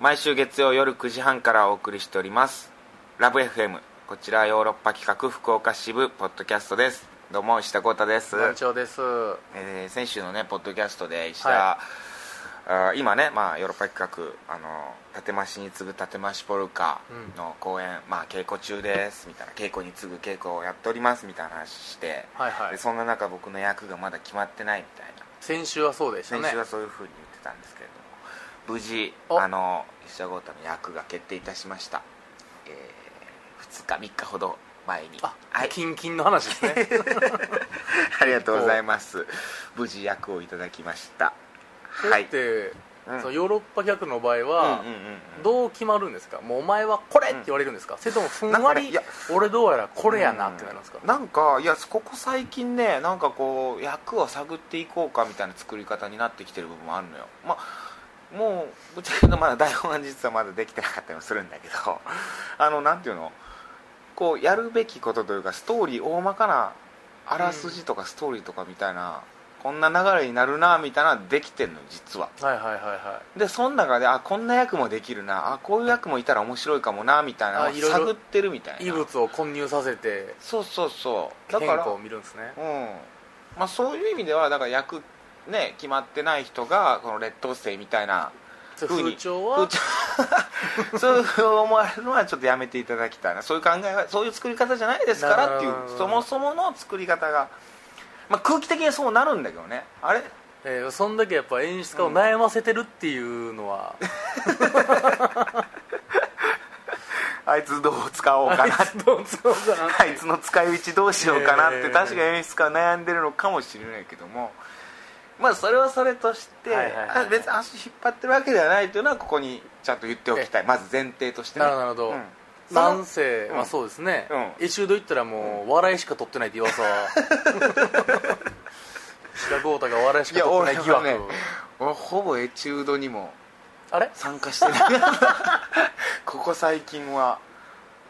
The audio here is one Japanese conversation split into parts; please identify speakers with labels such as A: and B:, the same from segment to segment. A: 毎週月曜夜9時半からお送りしておりますラブ f m こちらヨーロッパ企画福岡支部ポッドキャストですどうも石田浩太です、
B: 団長ですは
A: えー先週のねポッドキャストで石田、
B: は
A: あー今ね、まあ、ヨーロッパ企画あの「建て増しに次ぐ建て増しポルカ」の公演、まあ、稽古中ですみたいな稽古に次ぐ稽古をやっておりますみたいな話して、
B: いは
A: で
B: い
A: そんな中僕の役がまだ決まってないみたいな
B: 先週はそうでしたね
A: 先週はそういうふうに言ってたんですけれども無事
B: お
A: あの石田豪太の役が決定いたしました、え2日3日ほど前に
B: あ、
A: は
B: はいい、キンキンの話 ですね
A: ありがとうございます無事役をいただきましたは
B: はいいで、
A: うん
B: そのヨーロッパ客の場合
A: うん
B: は、
A: うんうんうん
B: どう決まるんですかもうお前はこれって言われるんですか、それともふん
A: なんか
B: わ
A: ね
B: り
A: いや
B: 俺どうやらこれやなってなるんですか、
A: うなんかいやここ最近ねなんかこう役を探っていこうかみたいな作り方になってきてる部分もあるのよまあもうぶっちゃけ言うとまだ台本は実はまだできてなかったりもするんだけど あのなんていうのこうやるべきことというかストーリー大まかなあらすじとかストーリーとかみたいな、こんな流れになるなみたいなのできてんのよ実は
B: はいはいはいは
A: でその中であこんな役もできるなあこういう役もいたら面白いかもなみたいな
B: あ
A: のを
B: いろいろ
A: 探ってるみたいない
B: 異物を混入させて
A: そうそうそうだ
B: 変
A: から
B: 化を見るんですね
A: うんまあ、そういう意味ではだから役、ね、決まってない人がこの劣等生みたいな
B: それ
A: 風に
B: 風潮は
A: 風潮 そう思われるのはちょっとやめていただきたいなそういう考えはそういう作り方じゃないですからってい
B: なるほ
A: う
B: ど
A: そもそもの作り方が、まあ、空気的にそうなるんだけどねあれ
B: えーそんだけやっぱ演出家を悩ませてるっていうのは、
A: あいつどう使おうかな
B: あいつ どうぞかな
A: あいつの使い道どうしようかなって
B: えー
A: 確か演出家は悩んでるのかもしれないけどもまあそれはそれとして、
B: はいはいはい
A: あ別に足引っ張ってるわけではないというのはここにちゃんと言っておきたいまず前提としてね
B: なるほど、
A: うんその
B: 男性、
A: うん
B: まあそうですね、
A: う
B: エチュード行ったらもう笑いしか取ってないって 噂は石田豪太が笑いしか取ってない疑惑
A: いや俺はね俺ほぼエチュードにも
B: あれ
A: 参加 してないここ最近は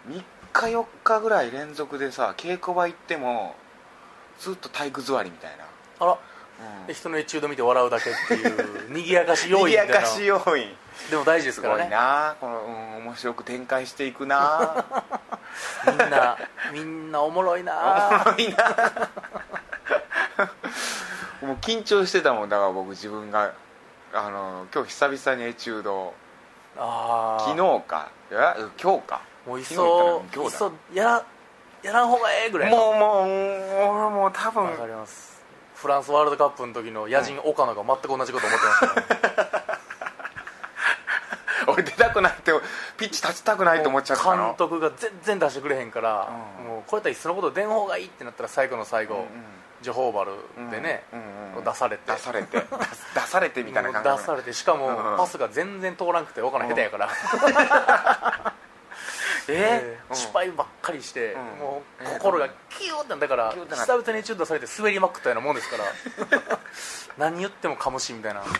A: 3日4日ぐらい連続でさ稽古場行ってもずっと体育座りみたいな、
B: あら
A: うん
B: で人のエチュード見て笑うだけっ ていう賑やかし要因
A: 賑
B: み
A: や
B: たいな
A: かし要因
B: でも大事です
A: す
B: から
A: ご
B: ね
A: いな、この、うん、面白く展開していくな
B: みんなみんなおも ろい
A: お
B: な
A: もろいなもう緊張してたもんだから僕自分があの今日久々にエチュードを
B: あ
A: 昨
B: ー
A: 日かいや今日か
B: もういっ
A: 昨
B: そ
A: 日行ったら今日だ
B: いっそやらやらんほうがええぐらいの
A: もうもうもう俺もう多分
B: わかりますフランスワールドカップの時の野人岡野が全く同じこと思ってましたから
A: 俺出たくないってピッチ立ちたくないと思っちゃったの
B: 監督が全然出してくれへんから、
A: うん
B: もうこれやったらいっそのこと出ん方がいいってなったら最後の最後、ジョホーバルでね、
A: うんうんうん
B: 出されて
A: 出されて出す出されてみたいな感
B: もう
A: 覚
B: 出されてしかも、
A: うん
B: パスが全然通らなくて岡野下手やから、
A: えーうん
B: 失敗ばっかりして、
A: うん
B: もう心がキューってなだから
A: キューってなって
B: 久々にエチュードされて滑りまくったようなもんです から何言ってもかもしみたいなそ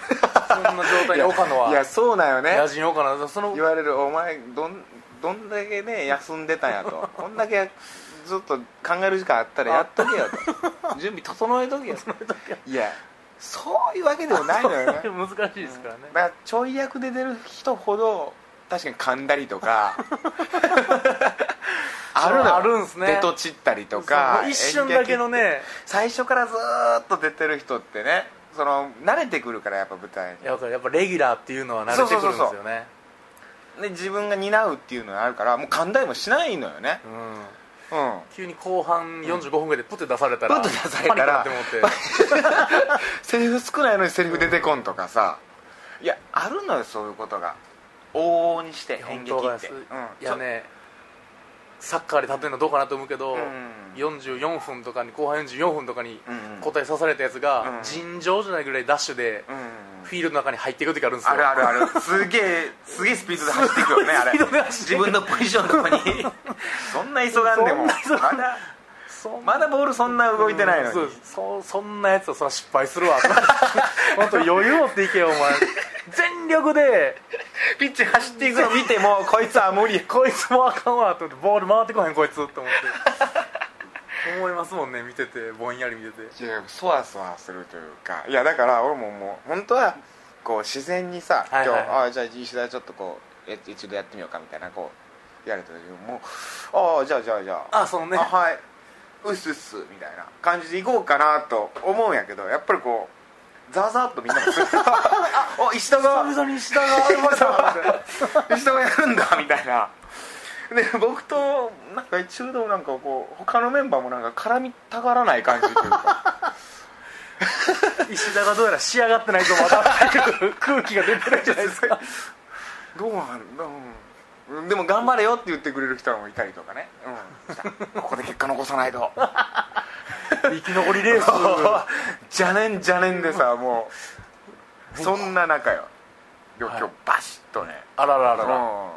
B: んな状態
A: い
B: で
A: や
B: 岡野
A: いや
B: は
A: そうだよね
B: 野人岡野はその
A: 言われるお前どんどんだけね休んでたんや とこんだけずっと考える時間あったらやっとけよ と準備 整えとけよいや そういうわけでもないのよね
B: 難しいですからね、
A: だからちょい役で出る人ほど確かに噛んだりとか あるのよ
B: あるんすね
A: 出とちったりと
B: そ
A: か
B: うもう一瞬だけのね
A: 最初からずーっと出てる人ってねその慣れてくるからやっぱ舞台に
B: いやだからやっぱレギュラーっていうのは慣れてくるんですよね
A: そうそうで自分が担うっていうのがあるからもう噛んだりもしないのよね
B: うん
A: うん
B: 急に後半45分ぐらいでプッて出されたら、
A: プッて出されたら
B: パニックになって思って
A: セリフ少ないのにセリフ出てこんとかさ、いやあるのよそういうことが往々にして演劇
B: 本当
A: って、
B: で
A: う
B: す
A: ん、
B: いやねサッカーで例えるのどうかなと思うけど、
A: うん
B: 44分とかに後半44分とかに
A: うんうん
B: 答え刺されたやつが、
A: うん
B: 尋常じゃないぐらいダッシュで、
A: そう、うん、
B: フィールドの中に入っていく時があるんですよ
A: あるあるあるすげえすげえスピードで走っていくよねあれ
B: すごいスピード
A: 自分
B: で走
A: のポジションとか にそんな急がんでも
B: そんな
A: まだ
B: そんな
A: まだボールそんな動いてないのに、
B: うんそうそそんなやつはそら失敗するわ 本当余裕持っていけ よお前全力で
A: ピッチ走っていくの見てもこいつは無理や
B: こいつもあかんわと思ってボール回ってこへんこいつと思って思いますもんね見ててぼんやり見てて
A: いやそわそわするというかいやだから俺ももう本当はこう自然にさ今
B: はい
A: 日、
B: はいはい
A: あじゃあ石田ちょっとこうえ一度やってみようかみたいなこうやれた時にもうああじゃあじゃあじゃあ
B: あそのね
A: あはいうっすうっすみたいな感じで行こうかなと思うんやけどやっぱりこうザーザーっとみんなも あ石田が
B: 久々に下がありました
A: 石田がやるんだみたいなで僕となんか中道なんかこう他のメンバーもなんか絡みたがらない感じというか
B: 石田がどうやら仕上がってないとま た空気が出てるんじゃないですか
A: どうなんだ、うん、でも頑張れよって言ってくれる人もいたりとかね、うん、ここで結果残さない と
B: 生き残りレース
A: じゃねんじゃねんでさもうそんな中よでも
B: はい
A: 今日バシッとね、
B: あららららら
A: うん、今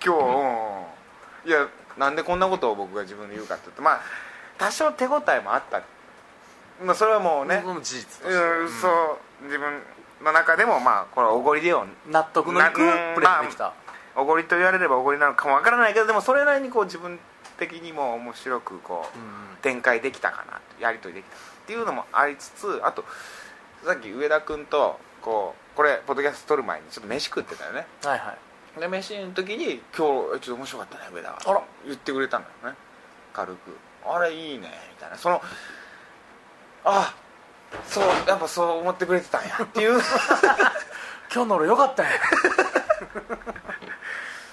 A: 日、うん、いやなんでこんなことを僕が自分で言うかって言うとまあ多少手応えもあった、まあ、それはもうね、
B: この事実として
A: うんそう自分の中でもまあこれはおごりでよ
B: 納得のいく
A: な
B: プレーできた、
A: おごりと言われればおごりなのかもわからないけどでもそれなりにこう自分的にも面白くこう展開できたかなやり取りできたっていうのもありつつあとさっき上田君とこうこれポッドキャスト撮る前にちょっと飯食ってたよね
B: はいはい
A: で飯の時に「今日えちょっと面白かったね上田は」
B: あら
A: 言ってくれたのよね軽く「あれいいね」みたいなそのあそうやっぱそう思ってくれてたんやっていう
B: 今日の俺よかったんや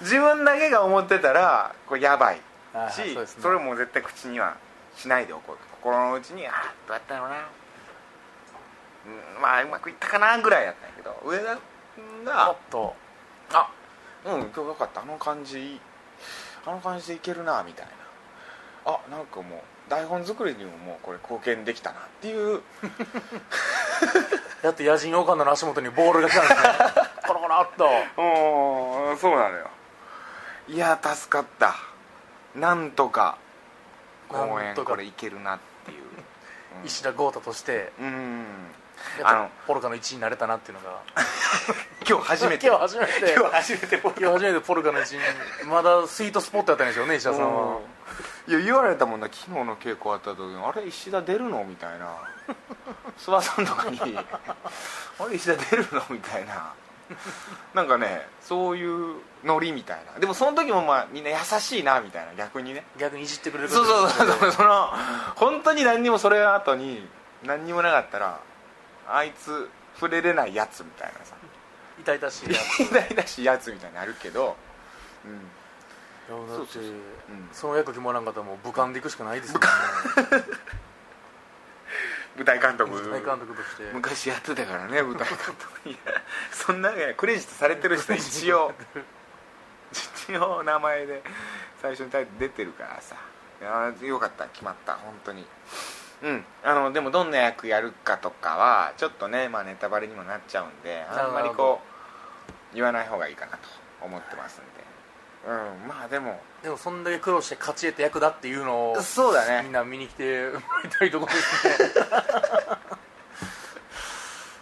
A: 自分だけが思ってたらこれやばい
B: はい
A: し、
B: はい
A: そ
B: そうですね
A: れも絶対口にはしないでおこうと心の内にああどうやったのな、うん、まあうまくいったかなぐらいやったんやけど上田君
B: も
A: が
B: っと
A: 「あうん今日よかったあの感じあの感じでいけるな」みたいな「あなんかもう台本作りにももうこれ貢献できたな」っていう
B: やっと野人岡野の足元にボールが来たんですね コロコロっと
A: おそうなのよいや助かったなんとか公
B: な
A: 演
B: んとか
A: これいけるなって いう、うん
B: 石田豪太として
A: うんあ
B: やっ
A: の
B: とポルカの1位になれたなっていうのが
A: 今日初めて
B: 今日初めて
A: 今日初めてポルカ
B: 今日初めてポルカの1位にまだスイートスポットやったんでしょうね石田さんは、
A: いや言われたもんな昨日の稽古あった時にあれ石田出るのみたい な諏訪さんとかにあれ石田出るのみたいななんかねそういうノリみたいなでもその時もまあみんな優しいなみたいな逆にね
B: 逆にいじってくれる
A: そうそうそう そうその本当に何にもそれの後に何にもなかったらあいつ触れれないやつみたいな さ
B: 痛々しいな
A: 偉大だしいやつみたいなのあるけど、うん、
B: いやだって
A: そうそうそううん
B: その役決まらんかったらもう武漢で行くしかないですよね
A: 舞台監督
B: 大監督として
A: 昔やってたからね舞台監督に そんなねクレジットされてる人一応一応名前で最初にタイトル出てるからさいやーよかった決まった本当にうんあのでもどんな役やるかとかはちょっとね、まあ、ネタバレにもなっちゃうんであんまり
B: なるほ
A: こう言わない方がいいかなと思ってますんでうんまあでも
B: でもそんだけ苦労して勝ち得た役だっていうのを
A: そうだね
B: みんな見に来てもらいたいところですね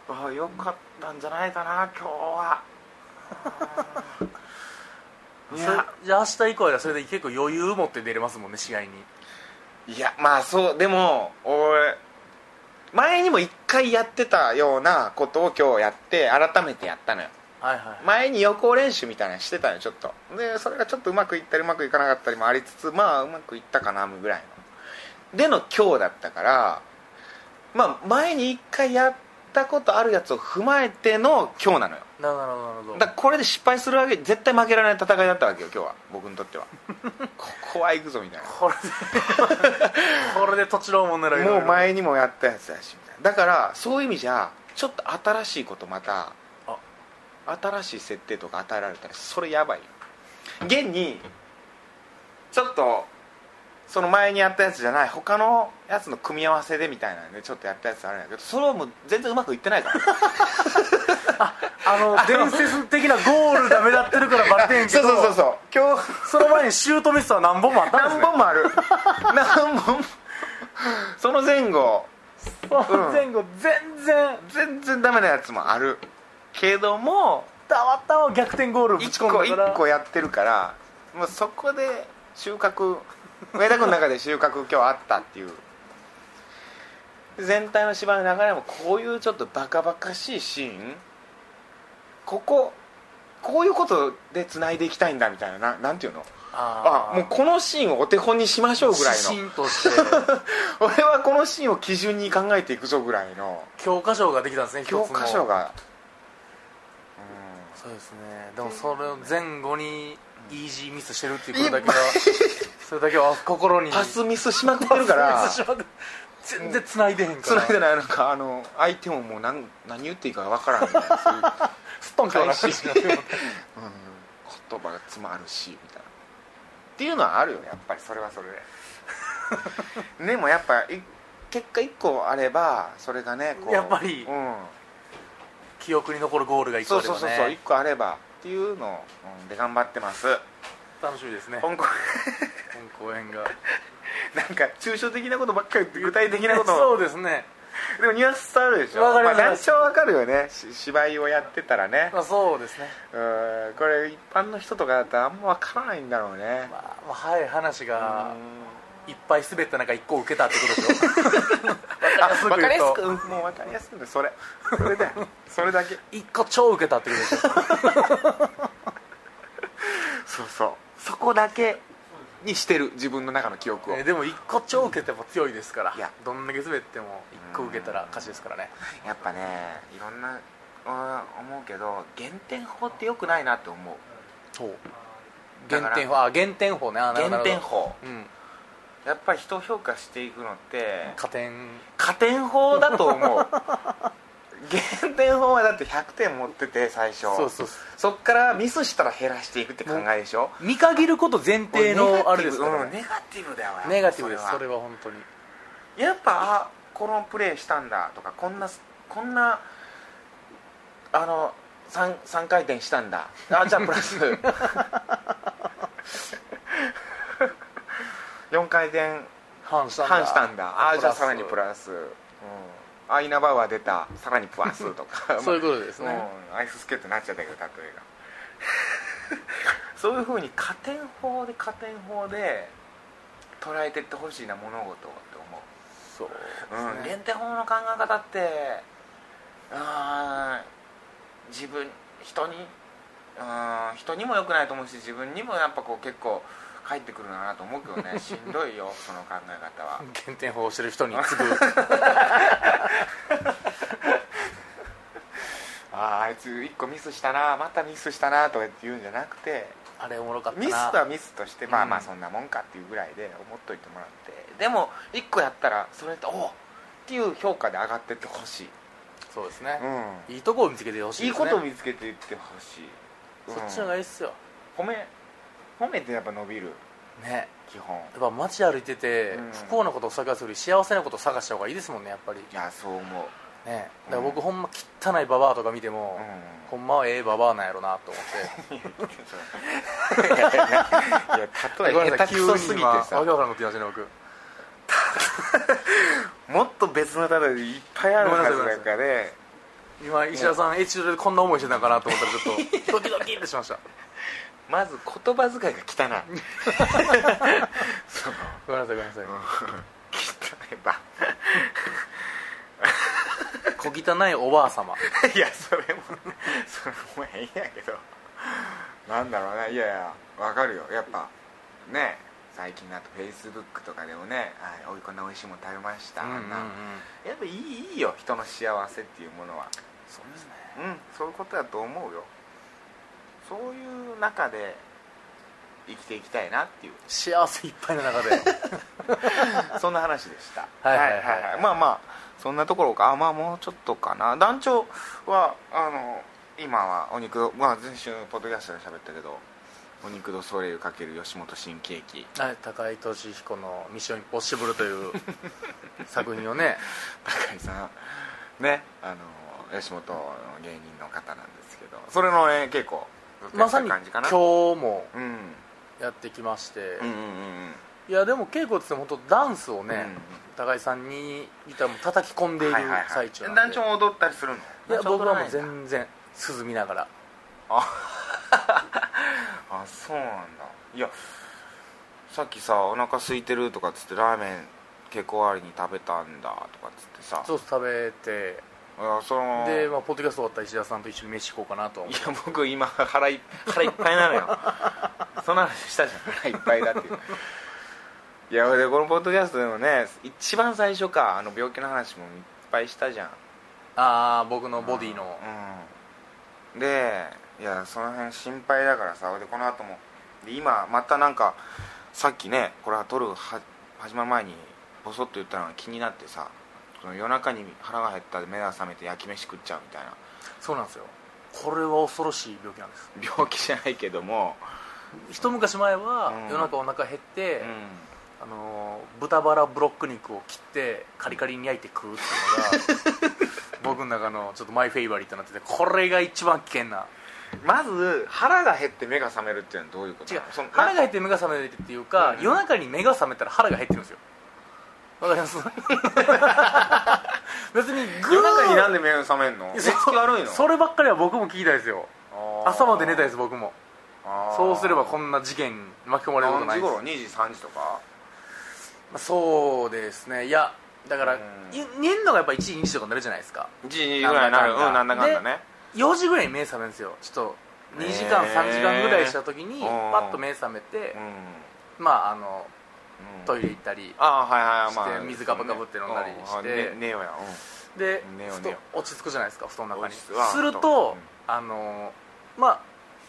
A: ああよかったんじゃないかな今日は い
B: それ
A: や
B: じゃあ明日以降はそれで結構余裕持って出れますもんね試合に
A: いやまあそうでも俺前にも一回やってたようなことを今日やって改めてやったのよ
B: はいはい
A: 前に予行練習みたいなのしてたのよちょっとでそれがちょっとうまくいったりうまくいかなかったりもありつつまあうまくいったかなぐらいのでの今日だったからまあ前に一回やったことあるやつを踏まえての今日なのよ
B: なるほどなるほど
A: だからこれで失敗するわけ絶対負けられない戦いだったわけよ今日は僕にとってはこ こは行くぞみたいな
B: これで これで土地ローモン狙い
A: もう前にもやったやつだしみたいなだからそういう意味じゃちょっと新しいことまた
B: あ
A: 新しい設定とか与えられたらそれやばいよ現にちょっとその前にやったやつじゃない他のやつの組み合わせでみたいなんでちょっとやったやつあるんだけどそれはもう全然うまくいってないから
B: あの伝説的なゴールが目立ってるからバレてんけ
A: そ
B: ど
A: うそうそうそう今日
B: その前にシュートミスは何本もあったんで
A: 何
B: すね
A: 本もある 何本もその前後
B: その前後全然
A: 全然ダメなやつもあるけども
B: たまたま逆転ゴールぶち
A: 一
B: 込んだ
A: 個
B: から
A: 一個やってるからもうそこで収 穫上田君の中で収穫今日あったっていう全体の芝居の流れもこういうちょっとバカバカしいシーンこここういうことでつないでいきたいんだみたいなななんていうのあもうこのシーンをお手本にしましょうぐらい
B: 指
A: の
B: 針として
A: 俺はこのシーンを基準に考えていくぞぐらいの
B: 教科書ができたんですね一つ
A: 教
B: の
A: 科書が
B: そうですねでもそれを前後にイージーミスしてるっていうことだけはそれだけは心
A: う
B: に
A: んパスミスしまくってるから
B: パスミスしまく全然繋いでへんから
A: 繋いでないなんかあの相手ももう何何言っていいか分からんみたいな そういう、
B: すっとんかな感じになってる
A: うん言葉が詰まるしみたいなっていうのはあるよねやっぱりそれはそれででもやっぱい結果1個あればそれがねこう
B: やっぱり
A: うん、
B: 記憶に残るゴールが一
A: そ
B: 個
A: う
B: でも
A: そう
B: ね
A: そうそう1個あればっていうのをうんで頑張ってます
B: 楽しみですね
A: 香港
B: 本公演が
A: なんか抽象的なことばっ かり言って具体的なことも
B: そうですね
A: でもニュアンス伝わるでしょ
B: わかります
A: あなんちゃわかるよねし芝居をやってたらね
B: まあそうですね
A: うんこれ一般の人とかだったらあんま分からないんだろうね
B: まあまあ早い話が
A: うん
B: いっぱい滑った中一個受けたってことで しょ
A: あ
B: すぐ
A: 分か
B: 言うと
A: りやすくうんもう分かりやすいんだそれそれだよそれだけ
B: 一個超受けたってことでしょ
A: そうそうそこだけにしてる自分の中の記憶を、
B: えーでも1個超受けても強いですから、
A: いや
B: どんだけ滑っても1個受けたら勝ちですからね
A: やっぱねいろんなうん思うけど減点法ってよくないなって思う
B: そう
A: だ
B: 減
A: から
B: 点法あ減点法ねあなるほ
A: 減
B: ど
A: 点法
B: うん
A: やっぱり人を評価していくのって
B: 加点
A: 加点法だと思う減点法はだって100点持ってて最初
B: そうそうそう
A: そっからミスしたら減らしていくって考えでしょ
B: 見限ること前提のあれですか
A: う
B: ら
A: ん
B: ね
A: ネガティブだよやっぱ
B: ネガティブです
A: それは
B: それは本当に
A: やっぱあこのプレーしたんだとかこんなこんなあの 3, 三回転したんだあじゃあプラス4回転
B: 反したんだ
A: 半したんだあじゃあさらにプ
B: ス
A: ラス、うん、アイナ・バウアー出たさらにプラスと か
B: そういうことですね、
A: うんアイススケートになっちゃったけど例えがそういうふうに加点法で加点法で捉えてってほしいな物事をって思う
B: そう
A: うん、
B: です
A: 限
B: ね
A: 定法の考え方ってあー自分人にうん人にも良くないと思うし自分にもやっぱこう結構返ってくるなと思うけど ねしんどいよその考え方は
B: 減点法をしてる人に次ぐ
A: あーあいつ1個ミスしたなまたミスしたなとかって言うんじゃなくて
B: あれおもろかったな
A: ミスはミスとしてまあまあ
B: うん
A: そんなもんかっていうぐらいで思っといてもらってでも1個やったらそれっておうっていう評価で上がってってほしい、
B: そうですね
A: う、
B: いいとこを見つけてほしい
A: ん、いい
B: ですね
A: ことを見つけていってほしい、うん
B: そっちの方がいいっすよ
A: 褒め褒めてやっぱ伸びる
B: ね
A: 基本
B: やっぱ街歩いてて、
A: うん
B: 不幸なことを探すより幸せなことを探した方がいいですもんねやっぱりね
A: いやそう思う
B: だから
A: う
B: 僕
A: ん
B: ほんま汚いババアとか見て も、
A: う
B: ほんまはええババアなんやろなと思
A: ん
B: っ
A: いやいやいや
B: てごめんな
A: 下
B: さ
A: 手く
B: い 急
A: そ
B: に
A: すぎて
B: 今わけ
A: さ
B: わからんこと言いましたね僕
A: もっと別の例でいっぱいあるはずだからね
B: 今石田さんエチュードでこんな思いしてたんかなと思ったらちょっ とドキドキってしました
A: まず言葉遣いが 汚いその
B: ごめんなさいごめんなさ
A: 汚
B: い
A: いば
B: 小汚いおばあ様
A: いやそれもそれも変やけどなんだろうねいやいやわかるよやっぱね最近だとフェイスブックとかでもね「あおいこんな美味しいもん食べました」
B: うんうんう
A: あ
B: ん
A: んなやっぱいいいいよ人の幸せっていうものは
B: そうですね
A: うんそういうことだと思うよそういう中で生きていきたいなっていう
B: 幸せいっぱい の中で
A: そんな話でした
B: はいはいはい
A: まあまあそんなところかあまあもうちょっとかな団長はあの今はお肉まあ前週ポッドキャストで喋ったけどお肉ドソレイユ×吉本新喜劇
B: はい高井俊彦の「ミッションインポッシブル」という作品 をね
A: 高井さんねあの吉本の芸人の方なんですけどそれのね結構
B: まさに
A: 感
B: 今
A: じかな
B: 日も
A: うんうん
B: やってきまして、
A: うんうん
B: いやでも稽古って言っても本当ダンスを
A: うん
B: ね、
A: うん
B: 高井さんにギターも叩き込んでいる
A: はいはいは
B: 最
A: い
B: 中なんで、
A: 団長も踊ったりするの
B: いや
A: 団長
B: 僕
A: 踊ら
B: は
A: な
B: も
A: いうんだ
B: 全然涼みながら
A: あそうなんだいやさっきさお腹空いてるとかっつってラーメン結構終わりに食べたんだとかっつってさ
B: ソース食べて
A: あその
B: で、まあ、ポッドキャスト終わった石田さんと一緒に飯行こうかなとはい
A: や僕今腹い腹いっぱいなのよ そんな話したじゃん腹いっぱいだっていういや俺このポッドキャストでもね一番最初かあの病気の話もいっぱいしたじゃん
B: ああ僕のボディの
A: うんでいやその辺心配だからさでこの後もで今またなんかさっきねこれは撮るは始まる前にボソッと言ったのが気になってさその夜中に腹が減ったで目が覚めて焼き飯食っちゃうみたいな
B: そうなんですよこれは恐ろしい病気なんです
A: 病気じゃないけども、
B: 一昔前は
A: うん
B: 夜中お腹減って
A: う、ん、
B: あのー豚バラブロック肉を切ってカリカリに焼いて食うっていう のが僕の中のちょっとマイフェイバリットになっててこれが一番危険な
A: まず腹が減って目が覚めるっていうのはどういうこと
B: 違う
A: その
B: 腹が減って目が覚めるっていうか、
A: うん
B: 夜中に目が覚めたら腹が減ってるんですよわ かります別にグー
A: 夜中になんで目が覚めんの寝つ
B: そう
A: き悪いの
B: そればっかりは僕も聞きたいですよ朝まで寝たいです僕もそうすればこ
A: なん
B: な事件に巻き込まれること
A: 何
B: ない
A: 時
B: です
A: 頃2時3時とか
B: まあそうですねいやだから、
A: うん
B: い寝るのがやっぱ1時2時とかになるじゃないですか
A: 1時2時ぐらいになるうん
B: な
A: なんん
B: だ
A: だ
B: か
A: か
B: ん
A: ん
B: だ
A: だね
B: 4時ぐらいに目覚めるんですよちょっと2時間
A: ねえ
B: 3時間ぐらいした時に
A: うん
B: パッと目覚めて
A: うん、
B: まああの
A: うん
B: トイレ行ったり
A: ああはいはいはい
B: して
A: まあ
B: 水かぶかぶって飲んだりして
A: うんあね寝ようや
B: で
A: 寝よう
B: ふ
A: 寝よ
B: と落ち着くじゃないですか布団の中に
A: 落ち
B: す
A: 着くわ
B: るとあのまあ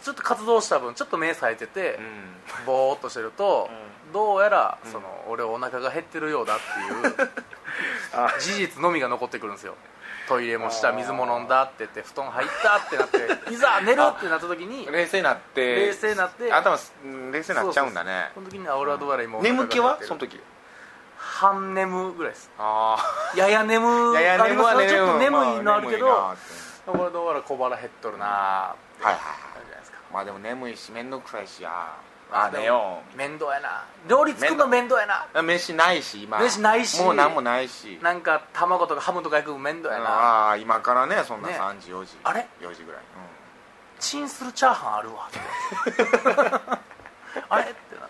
B: ちょっと活動した分ちょっと目冴えてて
A: うん、
B: ぼーっとしてると
A: う
B: どうやら
A: うん
B: その俺お腹が減ってるようだっていう
A: あ
B: 事実のみが残ってくるんですよトイレもした水も飲んだって言って布団入ったって なっていざ寝るってなった時に
A: 冷静になって
B: 冷静になって
A: 頭すうん冷静になっちゃうんだね
B: この時には俺はどうやら今お腹が減
A: 眠
B: って
A: 気
B: る
A: はその時
B: 半眠ぐらいです
A: ああ
B: やや眠
A: いやいや
B: あり
A: 眠
B: ま
A: は
B: すね
A: ね
B: ちょっと
A: 眠
B: 眠いのあるけど
A: まあ眠いなって
B: 俺はどうやら小腹減っとるなーって
A: はいはい
B: あるじゃないですか
A: まあでも眠いし面倒くさいしあーあー寝よ
B: 面倒やな料理作るの面倒やな
A: う飯ないし今
B: 飯ないし
A: もう何もないし
B: なんか卵とかハムとか焼くの面倒やな
A: ああー今からねそんな
B: ね
A: 3時4時
B: あれ
A: ?4 時ぐらい
B: チンするチャーハンある わってあれってな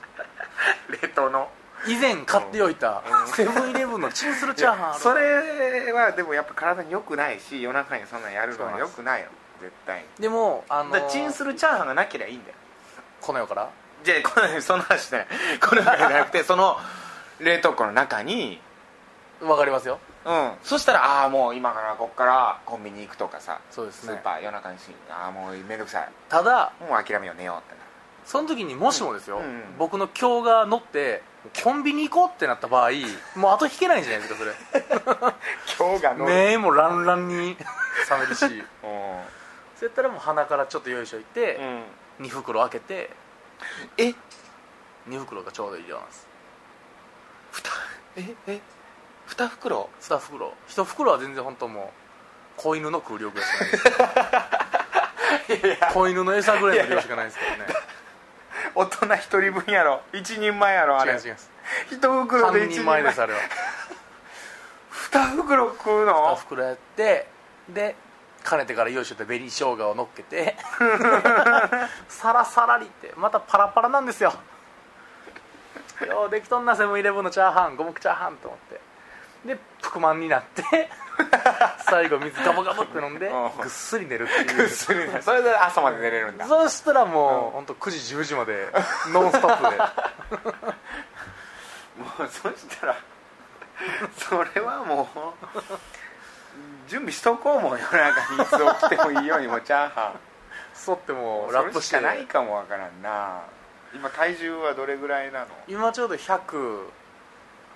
A: 冷凍の
B: 以前買っておいたセブンイレブンのチンするチャーハンある
A: それはでもやっぱ体に良くないし夜中にそんなんやるの
B: そう
A: は
B: なん
A: 良
B: です
A: くないよ絶対に
B: でもあ
A: だ
B: の
A: からチンするチャーハンがなければいいんだよ
B: この世から
A: じゃあこのその話じゃないこの話じゃなく てその冷凍庫の中に
B: わかりますよ
A: うんそしたらああもう今からこっからコンビニ行くとかさ
B: そうです
A: ス
B: ね
A: ーパー夜中にしああもうめんどくさい
B: ただ
A: もう諦めよう寝ようってな
B: その時にもしもですよ、
A: うんうん
B: 僕の今日が乗ってコンビニ行こうってなった場合もう後引けないんじゃないですか
A: 今日が
B: それ
A: の
B: 目もランランに冷めるしそう
A: うん
B: やったらもう鼻からちょっとよいしょいて、
A: うん
B: 2袋開けて
A: え
B: 2袋がちょうどいい量なんです
A: 二ええ二袋
B: 2袋1袋は全然本当もう子犬の食う量ぐらいしかないです 子犬の餌ぐらいの量しかないですからね
A: 大人一人分やろ一人前や ろあ
B: 違
A: れ
B: う違うます
A: 一袋で
B: 3
A: 一
B: 人
A: 人
B: 前
A: 前
B: ですあれは
A: 二袋食う
B: 2
A: の
B: 袋やってでかねてから用意してた紅生姜を乗っけ てサラサラりってまたパラパラなんですよようできとんなセブンイレブンのチャーハン五目チャーハンと思ってで福満になって 最後水ガバガバって飲んで
A: うん
B: ぐっすり寝るって
A: ぐ
B: い
A: っ
B: う
A: すりなそれで朝まで寝れるんだ
B: そうしたらも
A: うん
B: う本当9時10時までノンストッ プで
A: もうそしたらそれはもう準備しとこうもん夜中にいつ起きてもいいようにもうチャーハ
B: そっても
A: ン
B: うラップし
A: そ
B: て
A: れしかないかもわからんな今体重はどれぐらいなの
B: 今ちょうど100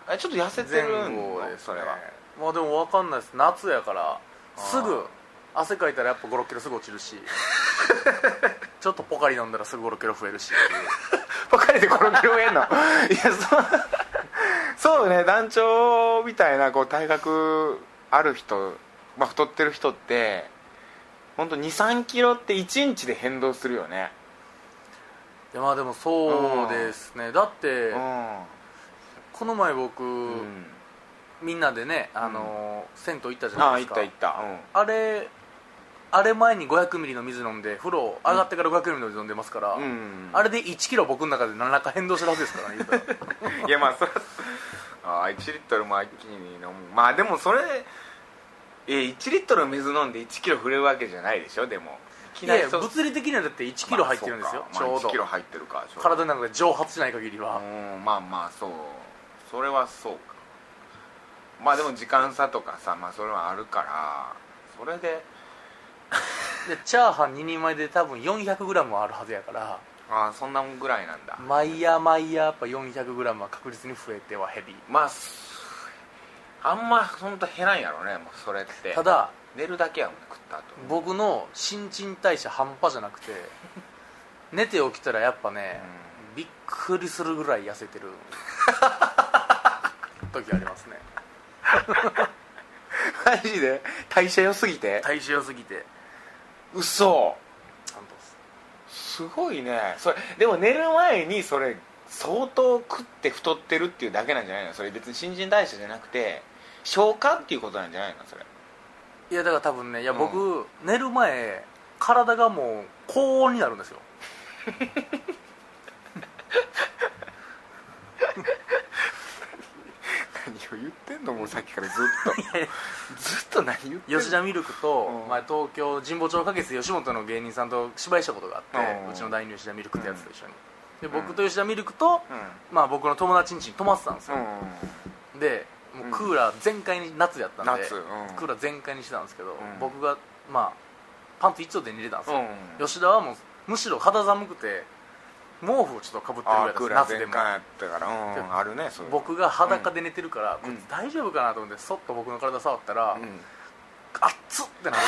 A: あちょっと痩せて
B: 前
A: るん
B: 後
A: だ、
B: です
A: そ
B: ね
A: れは
B: まあでも分かんないです夏やか
A: あ
B: ら
A: ー
B: すぐ汗かいたらやっぱ5 6キロすぐ落ち るしちょっとポカリ飲んだらすぐ5 6キロ増えるしって
A: ばかりで転げ終えんの いやそうそうね団長みたいなこう体格ある人、まあ、太ってる人って本当2 3キロって1日で変動するよね
B: いういやまあでもそうですねだって
A: うん
B: この前僕、
A: うん
B: みんなでねあのー、銭湯行ったじゃ
A: あ
B: な
A: あ
B: い
A: 行
B: で
A: っ
B: すか
A: た行った、うん
B: あれあれ前に500ミリの水飲んで風呂上がってから500ミリの水飲んでますから、
A: うん
B: あれで1キロ僕の中で何らか変動したはずですからね言うた ら
A: いやまあそれああ1リットルも一気に飲むまあでもそれえ1リットルの水飲んで1キロ振れるわけじゃないでしょでもい
B: いやいや物理的にはだって1キロ入ってるんですよ、
A: まあそうかまあ
B: ちょ
A: 1
B: う
A: キロ
B: ど
A: 入ってるかちょうど
B: 体の中で蒸発しない限りは、
A: うんまあまあそうそれはそうかまあでも時間差とかさまあそれはあるからそれで
B: でチャーハン2人前で多分 400g はあるはずやから
A: ああそんなもんぐらいなんだ
B: 毎夜毎夜やっぱ 400g は確実に増えては減り
A: まあすあんま本当減らんやろねもうそれって
B: ただ
A: 寝るだけやもんね食った後
B: 僕の新陳代謝半端じゃなく て寝て起きたらやっぱね、びっくりするぐらい痩せて る時ありますね
A: マジで代謝良すぎて
B: 体重良すぎて
A: 嘘
B: ちゃんとです
A: すごいねそれでも寝る前にそれ相当食って太ってるっていうだけなんじゃないのそれ別に新陳代謝じゃなくて消化っていうことなんじゃないのそれ
B: いやだから多分ねいや僕、
A: う
B: 寝る前体がもう高温になるんですよ
A: 何を言ってんのもうさっきからずっと ずっと何言ってんの
B: 吉田ミルクと、
A: うん
B: 前東京神保町花月吉本の芸人さんと芝居したことがあって、
A: う
B: うんちの第二吉田ミルクってやつと一緒に、で
A: うん
B: 僕と吉田ミルクと、まあ、僕の友達ん家に泊まってたんです
A: うん
B: よ、でもうクーラー全開に夏やったんで、
A: 夏うん
B: クーラー全開にしてたんですけど、
A: ん
B: 僕がまあパンツ一丁で寝れたんですよ、
A: よし
B: 吉田はもうむしろ肌寒くて毛布をちょっとかぶってるぐらい
A: あク
B: です
A: ーラー
B: 夏で
A: 全
B: も
A: 開やったからう
B: で
A: んあるねそういうの
B: 僕が裸で寝てるから、
A: うん
B: こいつ大丈夫かなと思ってそっと僕の体触ったら、
A: うん
B: あっつってなる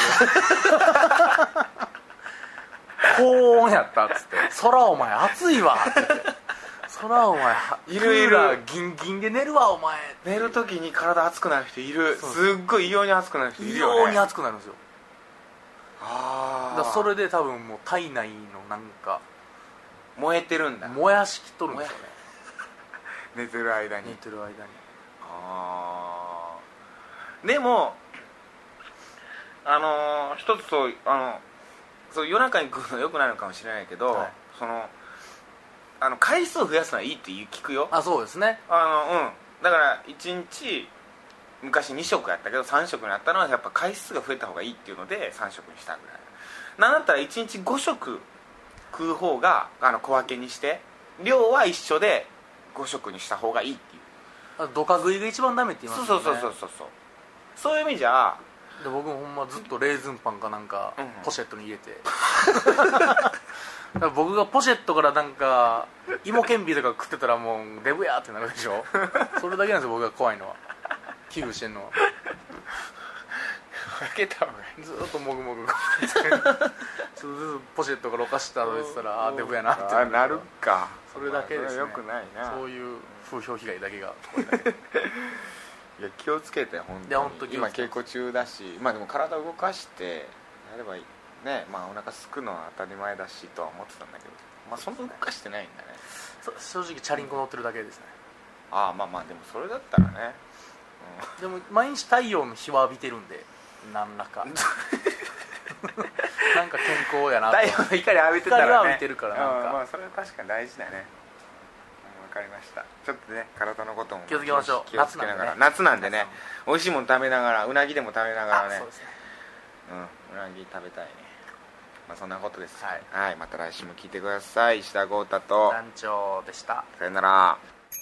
B: 高温やったっつって「空お前暑いわ」って言って「空お前
A: いるいる
B: クーラーギンギンで寝るわお前」
A: 寝る時に体熱くなる人いる
B: そう
A: すっごい異様に熱くなる人い
B: 異
A: るよ
B: 様
A: ね
B: に暑くなるんですよだ
A: あ
B: から
A: あ
B: それで多分もう体内のなんか
A: 燃えてるんだ
B: 燃やしきっとるんですよね
A: 寝てる間に
B: 寝てる間に
A: あーでもあのー一つそうあのそう夜中に食うのよくないのかもしれないけど、
B: はい
A: そのあの回数増やすのはいいって言う聞くよあ
B: あそうですね
A: のうんだから1日昔2食やったけど3食になったのはやっぱ回数が増えた方がいいっていうので3食にしたぐらいなんだったら1日5食食う方があの小分けにして量は一緒で5食にした方がいいっていう
B: あドカ食いが一番ダメって言います
A: そ
B: よ
A: う
B: ね
A: そうそうそうそうそういう意味じゃ
B: で僕もほんまずっとレーズンパンかなんか
A: うん
B: ポシェットに入れて だから僕がポシェットからなんか芋けんぴとか食ってたらもうデブやってなるでしょそれだけなんですよ僕が怖いのは危惧してんのは
A: 分けた方がい
B: ずーっともぐもぐちょっとずつポシェットからお菓子食べてたらあーデブやなって
A: あなるか
B: それだけですね
A: よくないな
B: そういう風評被害だけが
A: いや気をつけて本
B: いや本
A: 当
B: 当
A: に
B: 気
A: 今
B: をつけて
A: 稽古中だしまあでも体を動かしてやればいいねまあお腹すくのは当たり前だしとは思ってたんだけどまあそんな動かしてないんだね
B: そ正直チャリンコ乗ってるだけですね
A: ああまあまあでもそれだったらね、
B: でも毎日太陽の日は浴びてるんで何らか なんか健康や
A: う、
B: なんと
A: 太陽の光浴びてたら、ね、
B: 光は浴びてるからなんか
A: うんまあそれは確かに大事だねうんわかりましたちょっとね体のことも
B: 気をつけましょう
A: 気をつけながら夏
B: 夏
A: な
B: なんん
A: で
B: でね
A: ね美味しいもの食べながらうなぎでも食べながら
B: あ
A: ね
B: そうですね
A: うんうなぎ食べたいねまあそんなことです
B: はい
A: また来週も聞いてください石田豪太と
B: 団長でした
A: さよなら